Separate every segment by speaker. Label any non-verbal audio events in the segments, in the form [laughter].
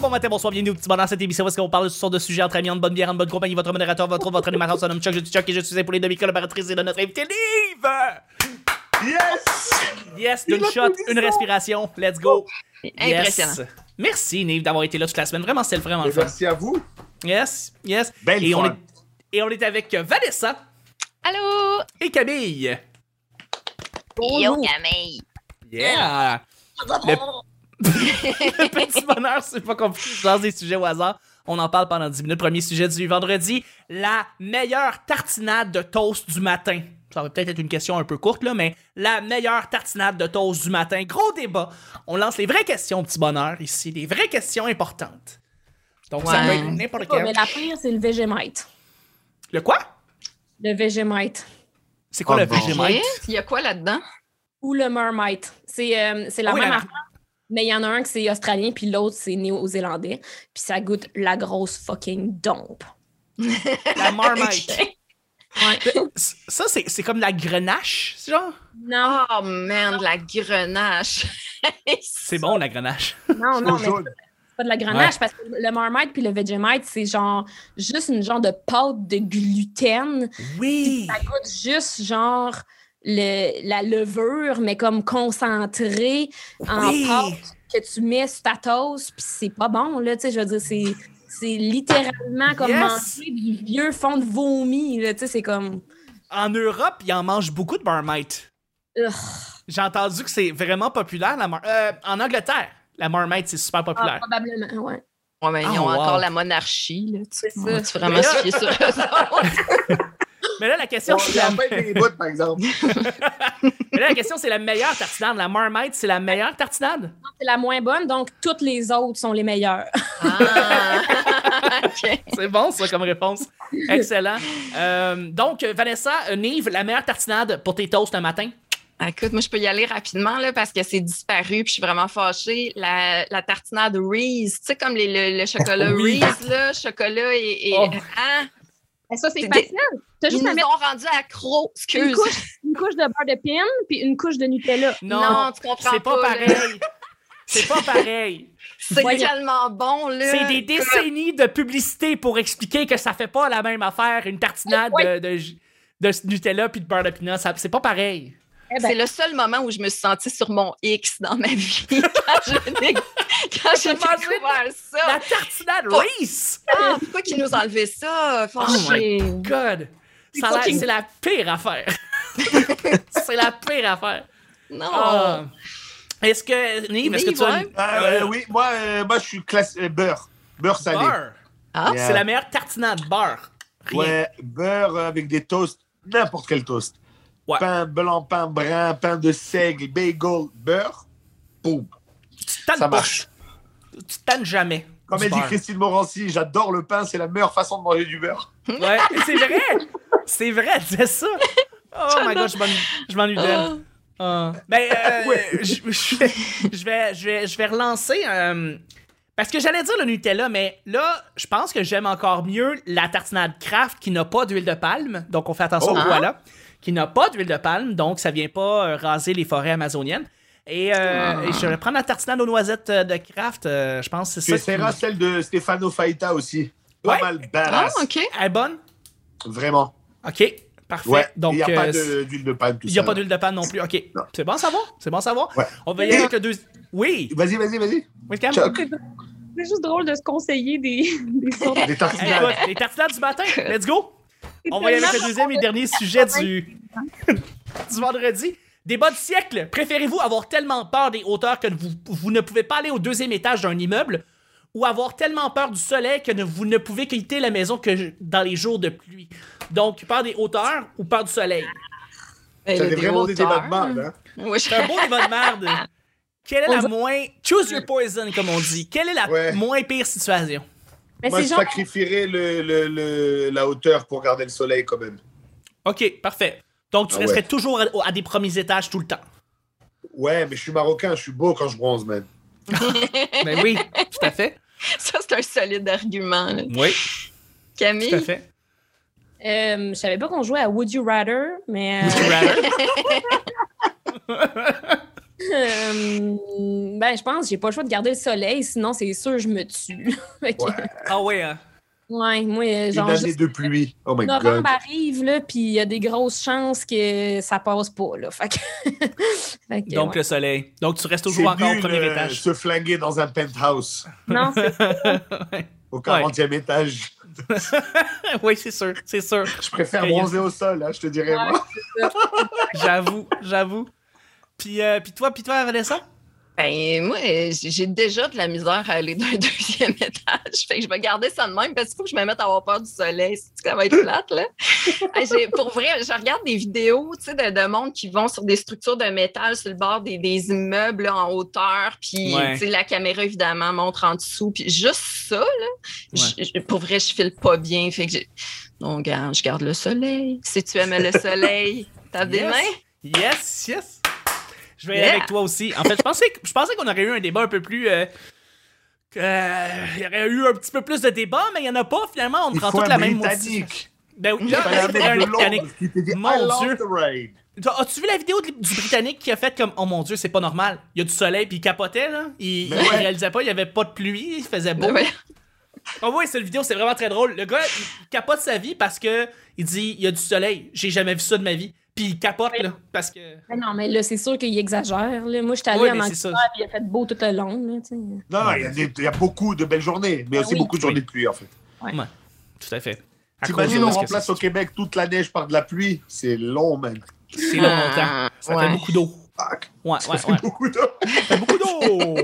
Speaker 1: bon matin, bonsoir, bienvenue au petit bonheur. Cette émission, où est-ce qu'on parle sur de sujets entre amis, en bonne bière, en bonne compagnie. Votre modérateur, votre autre, votre animateur, son nom Chuck, je suis Chuck et je suis épaulé de mes collaboratrices et de notre invité Liv.
Speaker 2: Yes!
Speaker 1: Yes, une shot, une respiration. Let's go. Yes.
Speaker 3: Impressionnant.
Speaker 1: Merci, Nive, d'avoir été là toute la semaine. Vraiment, c'était vraiment le fun.
Speaker 2: Merci à vous.
Speaker 1: Yes, yes.
Speaker 2: Belle
Speaker 1: et, on est,
Speaker 2: fun.
Speaker 1: et on est avec Vanessa
Speaker 3: Allô?
Speaker 1: et Camille.
Speaker 3: Yo, Camille!
Speaker 1: Yeah! Le, [laughs] Le petit bonheur, c'est pas compliqué. Je lance des sujets au hasard. On en parle pendant 10 minutes. Premier sujet du vendredi. La meilleure tartinade de toast du matin. Ça va peut-être être une question un peu courte, là, mais la meilleure tartinade de toast du matin. Gros débat. On lance les vraies questions, petit bonheur, ici. Les vraies questions importantes. Donc, ça peut
Speaker 3: Ouais.
Speaker 1: être n'importe
Speaker 4: Ouais,
Speaker 1: quel.
Speaker 4: mais la pire, c'est le Vegemite.
Speaker 1: Le quoi?
Speaker 4: Le Vegemite.
Speaker 1: C'est quoi
Speaker 2: Ah
Speaker 1: le
Speaker 2: bon.
Speaker 1: Vegemite?
Speaker 3: Il y a quoi là-dedans?
Speaker 4: Ou le Mermite. C'est euh, c'est la
Speaker 1: Ah oui,
Speaker 4: même
Speaker 1: la-
Speaker 4: affaire, mais il y en a un qui c'est australien, puis l'autre, c'est néo-zélandais. Puis ça goûte la grosse fucking dompe.
Speaker 1: La [laughs] Marmite. Ça, c'est c'est comme la grenache, c'est genre?
Speaker 4: Non,
Speaker 3: Oh man, de la grenache. [laughs]
Speaker 1: C'est bon, la grenache.
Speaker 4: [laughs] non, non, mais
Speaker 2: Toujours-
Speaker 4: c'est pas de la grenache, parce que le Marmite puis le Vegemite, c'est genre juste une genre de pâte de gluten.
Speaker 1: Oui!
Speaker 4: Ça goûte juste genre le- la levure, mais comme concentrée en
Speaker 1: Oui.
Speaker 4: pâte. que tu mets sur ta toast, puis c'est pas bon, là, tu sais, je veux dire, c'est, c'est littéralement comme
Speaker 1: Yes!
Speaker 4: manger du vieux fond de vomi, là, tu sais, c'est comme...
Speaker 1: En Europe, ils en mangent beaucoup de marmite.
Speaker 4: Ugh.
Speaker 1: J'ai entendu que c'est vraiment populaire. La mar- euh, en Angleterre, la marmite, c'est super
Speaker 4: Ah,
Speaker 1: populaire.
Speaker 4: probablement, ouais.
Speaker 3: Ouais, mais ils
Speaker 1: Oh,
Speaker 3: ont
Speaker 1: wow.
Speaker 3: encore la monarchie, là. Tu,
Speaker 4: C'est ça.
Speaker 3: on va-tu
Speaker 4: [laughs]
Speaker 3: vraiment se fier sur eux autres?
Speaker 1: Mais là, la question,
Speaker 2: On
Speaker 1: c'est
Speaker 2: est
Speaker 1: la...
Speaker 2: en fait des bouts, par exemple.
Speaker 1: [laughs] mais là, la question, c'est la meilleure tartinade. La marmite, c'est la meilleure tartinade?
Speaker 4: C'est la moins bonne, donc toutes les autres sont les meilleures. [laughs]
Speaker 3: Ah, [laughs] ok.
Speaker 1: C'est bon, ça, comme réponse. Excellent. Euh, donc, Vanessa, euh, Nive, la meilleure tartinade pour tes toasts le matin?
Speaker 3: Ah, Écoute, moi, je peux y aller rapidement, là, parce que c'est disparu, puis je suis vraiment fâchée. La, la tartinade Reese, tu sais, comme les- le, le chocolat
Speaker 1: Oui.
Speaker 3: Reese, là, chocolat et. et-
Speaker 1: Oh.
Speaker 3: hein?
Speaker 4: Mais ça, c'est
Speaker 3: C'est
Speaker 4: facile. T'as
Speaker 3: Ils
Speaker 4: juste à
Speaker 3: nous
Speaker 4: mettre
Speaker 3: ont rendu accro,
Speaker 4: une
Speaker 3: excuse.
Speaker 4: couche, une couche de beurre de pin, puis une couche de Nutella.
Speaker 3: Non, tu comprends
Speaker 1: c'est pas
Speaker 3: pas, là.
Speaker 1: pareil. C'est pas pareil.
Speaker 3: C'est
Speaker 4: Voyons.
Speaker 3: tellement bon, là.
Speaker 1: C'est des décennies de publicité pour expliquer que ça fait pas la même affaire une tartinade de, de, de Nutella puis de beurre de pinot. Ça- C'est pas pareil.
Speaker 4: Eh ben,
Speaker 3: C'est le seul moment où je me suis sentie sur mon X dans ma vie. [laughs] Quand je l'ai- quand j'ai
Speaker 1: T'as mangé
Speaker 3: découvert
Speaker 1: La
Speaker 3: ça.
Speaker 1: tartinade
Speaker 3: Pas-
Speaker 1: Reese!
Speaker 3: Ah, pourquoi qu'ils nous enlevaient ça? Fâché.
Speaker 1: God! Ça a l'air- C'est la pire affaire. c'est la pire affaire.
Speaker 3: non.
Speaker 1: Ah. Est-ce que, Nive, est-ce que tu as
Speaker 3: Nive,
Speaker 1: une
Speaker 2: Euh, euh, oui, moi, euh, moi, je suis classe euh, beurre. Beurre salé.
Speaker 1: beurre?
Speaker 3: Ah,
Speaker 2: Yeah.
Speaker 1: C'est la meilleure tartinade beurre. Rien.
Speaker 2: Ouais, beurre avec des toasts, n'importe quel toast.
Speaker 1: Ouais.
Speaker 2: Pain blanc, pain brun, pain de seigle, bagel, beurre. Boum,
Speaker 1: tu te tannes
Speaker 2: ça
Speaker 1: pas.
Speaker 2: marche.
Speaker 1: Tu te tannes jamais.
Speaker 2: Comme
Speaker 1: du
Speaker 2: elle dit
Speaker 1: beurre.
Speaker 2: Christine Morancy, j'adore le pain, c'est la meilleure façon de manger du beurre.
Speaker 1: Ouais, c'est vrai! C'est vrai, elle disait ça! Oh my god, je m'ennuie- je m'ennuie d'elle.
Speaker 3: Oh.
Speaker 1: Ah. Ben,
Speaker 2: [laughs]
Speaker 1: euh, je, je vais, je, vais, je, vais, je vais relancer. euh, parce que j'allais dire le Nutella, mais là, je pense que j'aime encore mieux la tartinade Kraft qui n'a pas d'huile de palme. Donc, on fait attention
Speaker 2: Oh.
Speaker 1: au poids là. Qui n'a pas d'huile de palme, donc ça vient pas euh, raser les forêts amazoniennes. Et, euh, et je vais prendre la tartinade aux noisettes euh, de Kraft. euh, je pense que
Speaker 2: Tu
Speaker 1: c'est ça. qui-
Speaker 2: essaieras celle de Stefano Faita aussi. Pas
Speaker 1: Ouais.
Speaker 2: mal
Speaker 3: Ah,
Speaker 2: badass.
Speaker 3: OK.
Speaker 1: Elle est bonne?
Speaker 2: Vraiment.
Speaker 1: OK, parfait.
Speaker 2: Ouais. Il
Speaker 1: donc,
Speaker 2: n'y a pas
Speaker 1: euh,
Speaker 2: de- d'huile de palme, tout
Speaker 1: Il n'y a
Speaker 2: ça.
Speaker 1: pas d'huile de panne non plus. OK.
Speaker 2: Non.
Speaker 1: C'est bon à savoir. C'est bon à savoir.
Speaker 2: Ouais.
Speaker 1: On va y aller avec le deux. Oui.
Speaker 2: Vas-y, vas-y, vas-y.
Speaker 1: Oui, Cam?
Speaker 2: Chuck.
Speaker 4: c'est juste drôle de se conseiller des, [laughs] des sortes.
Speaker 2: Des
Speaker 1: Hey,
Speaker 2: tartinades.
Speaker 1: écoute, les tartinades du matin. Let's go. On va y aller avec le deuxième et dernier sujet du, [laughs] du vendredi. Débat du siècle. Préférez-vous avoir tellement peur des hauteurs que vous, vous ne pouvez pas aller au deuxième étage d'un immeuble ou avoir tellement peur du soleil que ne- vous ne pouvez quitter la maison que je- dans les jours de pluie? Donc, peur des hauteurs ou peur du soleil?
Speaker 3: Ben,
Speaker 2: Ça
Speaker 3: le
Speaker 2: fait vraiment des débats de
Speaker 3: déodorant.
Speaker 2: merde. hein.
Speaker 3: Oui, [laughs] je-
Speaker 1: C'est un beau débat de merde. Quelle est
Speaker 4: On
Speaker 1: la
Speaker 4: dirait-
Speaker 1: moins. Choose your poison, comme on dit. Quelle est la
Speaker 2: Ouais.
Speaker 1: moins pire situation?
Speaker 4: Mais
Speaker 2: Moi,
Speaker 4: c'est
Speaker 2: je
Speaker 4: genre...
Speaker 2: sacrifierais le, le- le- la hauteur pour garder le soleil quand même.
Speaker 1: Ok, parfait. Donc, tu
Speaker 2: Ah
Speaker 1: resterais
Speaker 2: ouais.
Speaker 1: toujours à, à des premiers étages tout le temps.
Speaker 2: Ouais, mais je suis marocain, je suis beau quand je bronze,
Speaker 4: [laughs]
Speaker 2: man.
Speaker 1: Ben oui, tout à fait.
Speaker 3: Ça, c'est un solide argument. là.
Speaker 1: Oui,
Speaker 3: Camille,
Speaker 1: fait.
Speaker 4: Euh, je savais euh,
Speaker 1: [laughs]
Speaker 4: pas qu'on jouait à Would You Rather, mais... euh, Euh, ben, je pense, j'ai pas le choix de garder le soleil, sinon c'est sûr, je me tue. [laughs] Fait que-
Speaker 2: Ouais.
Speaker 1: Ah ouais, hein?
Speaker 4: ouais, moi, euh,
Speaker 2: Une
Speaker 4: genre,
Speaker 2: année
Speaker 4: juste
Speaker 2: de pluie. Oh my god.
Speaker 4: novembre arrive, là, puis il y a des grosses chances que ça passe pas, là. Fait que- [laughs] fait que,
Speaker 1: Donc
Speaker 4: ouais.
Speaker 1: le soleil. Donc tu restes
Speaker 2: C'est
Speaker 1: toujours encore au
Speaker 2: nul,
Speaker 1: premier
Speaker 2: euh,
Speaker 1: étage. [laughs]
Speaker 2: Se flinguer dans un penthouse
Speaker 1: euh,
Speaker 4: Non, c'est
Speaker 2: au 40e étage.
Speaker 1: oui, c'est sûr, c'est sûr.
Speaker 2: Je préfère
Speaker 1: Ouais,
Speaker 2: bronzer au sol, hein, je te dirais.
Speaker 4: Ouais.
Speaker 2: moi.
Speaker 1: J'avoue, j'avoue. Puis, euh, puis toi, puis toi, Vanessa?
Speaker 3: Ben, moi, euh, j- j'ai déjà de la misère à aller d'un [laughs] deuxième étage. Fait que je vais garder ça de même parce qu'il faut que je me mette à avoir peur du soleil. C'est-tu que Ça va être plate,
Speaker 1: [laughs]
Speaker 3: là. Ah, j'ai- pour vrai, je regarde des vidéos, tu sais, de, de monde qui vont sur des structures de métal sur le bord des, des immeubles là, en hauteur. Puis,
Speaker 1: Ouais.
Speaker 3: tu sais, la caméra, évidemment, montre en dessous. Puis juste ça, là,
Speaker 1: Ouais.
Speaker 3: je- je- pour vrai, je file pas bien. Fait que j'ai- non, garde, je garde le soleil. Si tu aimes le soleil, t'as des
Speaker 1: Yes.
Speaker 3: mains?
Speaker 1: Yes, yes. Je vais aller
Speaker 3: Yeah.
Speaker 1: avec toi aussi. En fait, je pensais, que- je pensais qu'on aurait eu un débat un peu plus. euh, que- il y aurait eu un petit peu plus de débat, mais il n'y en a pas. Finalement, on
Speaker 2: Il
Speaker 1: prend
Speaker 2: faut
Speaker 1: toute
Speaker 2: un
Speaker 1: la même
Speaker 2: Britannique.
Speaker 1: Ben oui,
Speaker 2: Il faut un
Speaker 1: il y a un
Speaker 2: mec de
Speaker 1: Britannique.
Speaker 2: Londres qui te dit,
Speaker 1: Mon
Speaker 2: I love
Speaker 1: Dieu.
Speaker 2: the rain.
Speaker 1: Toi, As-tu vu la vidéo de- du Britannique qui a fait comme Oh mon dieu, c'est pas normal. Il y a du soleil, puis il capotait, là. Il,
Speaker 2: Ben
Speaker 1: il
Speaker 2: ouais.
Speaker 1: réalisait pas, il y avait pas de pluie, il faisait beau.
Speaker 3: Ouais.
Speaker 1: Ah oui, cette vidéo, c'est vraiment très drôle. Le gars, il capote sa vie parce que il dit Il y a du soleil, j'ai jamais vu ça de ma vie. Puis il capote, là, parce que.
Speaker 4: Mais non, mais là, c'est sûr qu'il exagère. Là. Moi, je suis allée
Speaker 1: Oui,
Speaker 4: en
Speaker 1: mais c'est
Speaker 4: Angleterre,
Speaker 1: ça.
Speaker 4: puis il a fait beau tout le long. Là, tu sais.
Speaker 2: Non, non, il y a des- il y, a beaucoup de belles journées, mais
Speaker 4: Ah
Speaker 2: aussi
Speaker 4: oui.
Speaker 2: beaucoup de journées de pluie, en fait.
Speaker 1: Ouais, tout à fait. À cause
Speaker 2: T'imagines,
Speaker 1: de
Speaker 2: on
Speaker 1: ce que
Speaker 2: remplace
Speaker 1: c'est.
Speaker 2: au Québec toute la neige par de la pluie. C'est long, man.
Speaker 1: C'est long, longtemps. Ça fait
Speaker 3: Ah, Ouais.
Speaker 1: beaucoup d'eau.
Speaker 2: Fuck.
Speaker 1: Ouais,
Speaker 2: [laughs] Ça
Speaker 1: ouais,
Speaker 2: fait
Speaker 1: ouais.
Speaker 2: beaucoup de...
Speaker 1: Ça fait beaucoup d'eau.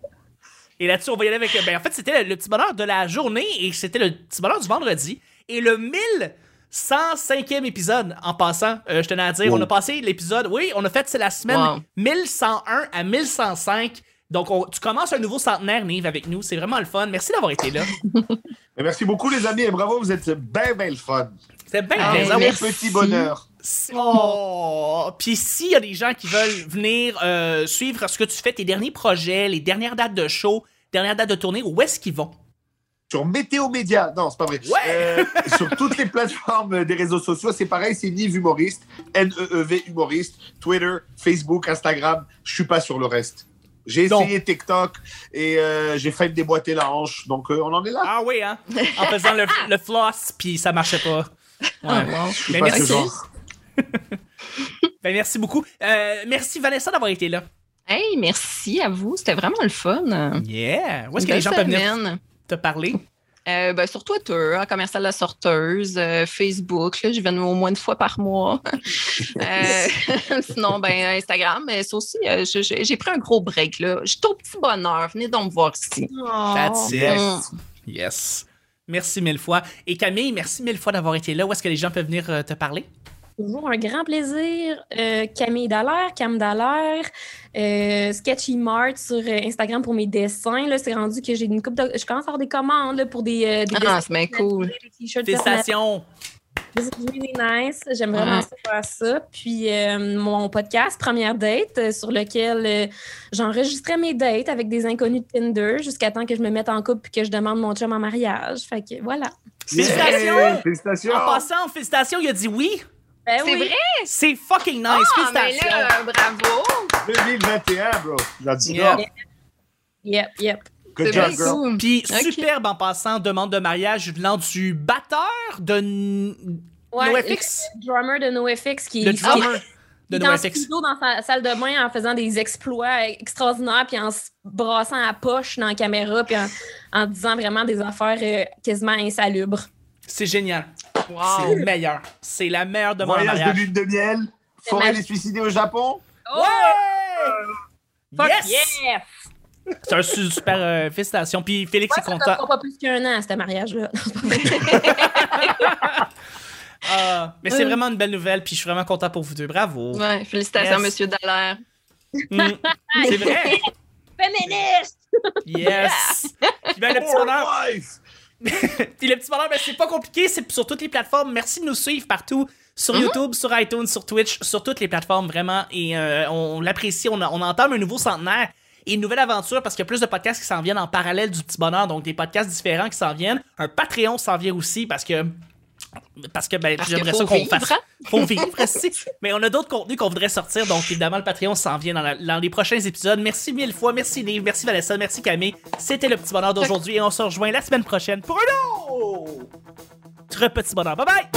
Speaker 1: [laughs] Et là-dessus, on va y aller avec. Ben, en fait, c'était le, le petit bonheur de la journée et c'était le petit bonheur du vendredi. Et le 1105e épisode, en passant, euh, je tenais à dire,
Speaker 2: Wow.
Speaker 1: on a passé l'épisode. Oui, on a fait, c'est la semaine
Speaker 3: Wow.
Speaker 1: 1101 à 1105. Donc, on- tu commences un nouveau centenaire, Nive, avec nous. C'est vraiment le fun. Merci d'avoir été là.
Speaker 2: Mais Merci beaucoup, les amis, et bravo, vous êtes bien, bien le fun.
Speaker 1: C'était bien
Speaker 3: Ah,
Speaker 1: plaisant.
Speaker 2: Un
Speaker 3: merci.
Speaker 2: petit bonheur.
Speaker 1: Si- Oh. Puis s'il y a des gens qui veulent venir euh, suivre ce que tu fais, tes derniers projets, les dernières dates de show, dernières dates de tournée, où est-ce qu'ils vont?
Speaker 2: Sur Météo Média, non, c'est pas vrai.
Speaker 1: Ouais.
Speaker 2: Euh, sur toutes les plateformes des réseaux sociaux, c'est pareil, c'est Nive Humoriste, N-E-E-V Humoriste, Twitter, Facebook, Instagram. Je suis pas sur le reste. J'ai
Speaker 1: Donc.
Speaker 2: essayé TikTok et euh, j'ai failli me déboîter la hanche, donc euh, on en est là.
Speaker 1: Ah oui, hein? En faisant le, le floss, puis ça marchait pas.
Speaker 3: Ah.
Speaker 1: Ouais.
Speaker 2: Je suis
Speaker 1: Mais
Speaker 2: pas
Speaker 1: merci.
Speaker 2: ce genre.
Speaker 1: Ben, merci beaucoup. Euh, merci Vanessa d'avoir été là.
Speaker 3: Hey, merci à vous. C'était vraiment le fun.
Speaker 1: Yeah! Où est-ce que
Speaker 3: Belle
Speaker 1: les gens peuvent venir
Speaker 3: semaine.
Speaker 1: te parler?
Speaker 3: Euh, ben, sur Twitter, hein, Commercial La Sorteuse, euh, Facebook, là, je viens au moins une fois par mois. [laughs] Euh, [laughs] sinon, ben, Instagram, mais ça aussi, euh, je- je- j'ai pris un gros break. Là. Je suis au petit bonheur. Venez donc me voir ici.
Speaker 1: That's it.
Speaker 3: Oh. Yes.
Speaker 1: Yes. Merci mille fois. Et Camille, merci mille fois d'avoir été là. Où est-ce que les gens peuvent venir euh, te parler?
Speaker 4: Toujours un grand plaisir. Euh, Camille Dallaire, Cam Dallaire, euh, Sketchy Mart sur euh, Instagram pour mes dessins. Là, c'est rendu que j'ai une coupe de... Je commence à avoir des commandes là, pour des, euh, des
Speaker 3: Ah,
Speaker 4: dessins,
Speaker 3: c'est bien cool.
Speaker 4: des t-shirts personnalisés.
Speaker 1: Félicitations!
Speaker 4: C'est really nice. J'aime vraiment
Speaker 3: Ouais.
Speaker 4: ça faire ça. Puis euh, mon podcast, Première Date, euh, sur lequel euh, j'enregistrais mes dates avec des inconnus de Tinder jusqu'à temps que je me mette en couple et que je demande mon chum en mariage. Fait que voilà.
Speaker 1: Félicitations!
Speaker 2: Yeah, Eh, Félicitations!
Speaker 1: En passant, félicitations, il a dit oui.
Speaker 4: Ben
Speaker 3: C'est
Speaker 4: oui.
Speaker 3: vrai?
Speaker 1: C'est fucking nice.
Speaker 3: Ah, mais
Speaker 1: félicitations.
Speaker 3: là, euh, bravo.
Speaker 2: 2021, bro. J'adore.
Speaker 1: Yeah.
Speaker 4: Yep, yep.
Speaker 2: Good
Speaker 3: C'est
Speaker 2: job,
Speaker 3: bien
Speaker 2: girl.
Speaker 3: cool.
Speaker 1: Puis
Speaker 3: Ok.
Speaker 1: superbe en passant, demande de mariage venant du batteur de N-
Speaker 4: Ouais,
Speaker 1: NoFX.
Speaker 4: Le drummer de NoFX qui
Speaker 1: Le
Speaker 4: qui-
Speaker 1: drummer
Speaker 4: qui
Speaker 1: de
Speaker 4: est dans le
Speaker 1: NoFX.
Speaker 4: studio dans sa salle de bain en faisant des exploits extraordinaires puis en se brassant à poche dans la caméra puis en, en disant vraiment des affaires euh, quasiment insalubres.
Speaker 1: C'est génial. C'est
Speaker 4: Ah.
Speaker 3: Wow.
Speaker 1: le meilleur. C'est la meilleure demande de
Speaker 2: Voyage de
Speaker 1: mariage.
Speaker 2: lune de miel, forêt
Speaker 4: magique.
Speaker 2: des suicidés au Japon.
Speaker 1: Ouais!
Speaker 4: Fuck
Speaker 1: Oh! Yes!
Speaker 4: yeah!
Speaker 1: C'est un su- super euh, félicitation. Puis Félix
Speaker 4: Ouais,
Speaker 1: est
Speaker 4: ça
Speaker 1: content.
Speaker 4: prend pas plus qu'un an, ce mariage-là.
Speaker 1: Ah, mais c'est
Speaker 4: Euh.
Speaker 1: vraiment une belle nouvelle. Puis je suis vraiment content pour vous deux. Bravo.
Speaker 3: Ouais, félicitations,
Speaker 1: Yes.
Speaker 3: Monsieur Dallaire.
Speaker 1: Mm. C'est
Speaker 4: [laughs]
Speaker 1: vrai.
Speaker 4: Féministe!
Speaker 1: Yes. Puis ben, le petit
Speaker 2: Poor
Speaker 1: bonheur.
Speaker 2: wife.
Speaker 1: Puis le petit bonheur, ben, c'est pas compliqué. C'est sur toutes les plateformes. Merci de nous suivre partout.
Speaker 3: Mm-hmm.
Speaker 1: Sur YouTube, sur iTunes, sur Twitch, sur toutes les plateformes, vraiment. Et euh, on l'apprécie. On, a- on entame un nouveau centenaire et une nouvelle aventure parce qu'il y a plus de podcasts qui s'en viennent en parallèle du petit bonheur. Donc des podcasts différents qui s'en viennent. Un Patreon s'en vient aussi parce que Parce que ben,
Speaker 3: Parce que
Speaker 1: j'aimerais
Speaker 3: faut
Speaker 1: ça qu'on
Speaker 3: vivre,
Speaker 1: fasse.
Speaker 3: hein?
Speaker 1: Faut vivre, [laughs] si. Mais on a d'autres contenus qu'on voudrait sortir, donc évidemment, le Patreon s'en vient dans, la- dans les prochains épisodes. Merci mille fois. Merci Nive, merci Vanessa, merci Camille. C'était le petit bonheur d'aujourd'hui et on se rejoint la semaine prochaine pour un autre petit bonheur. Bye bye!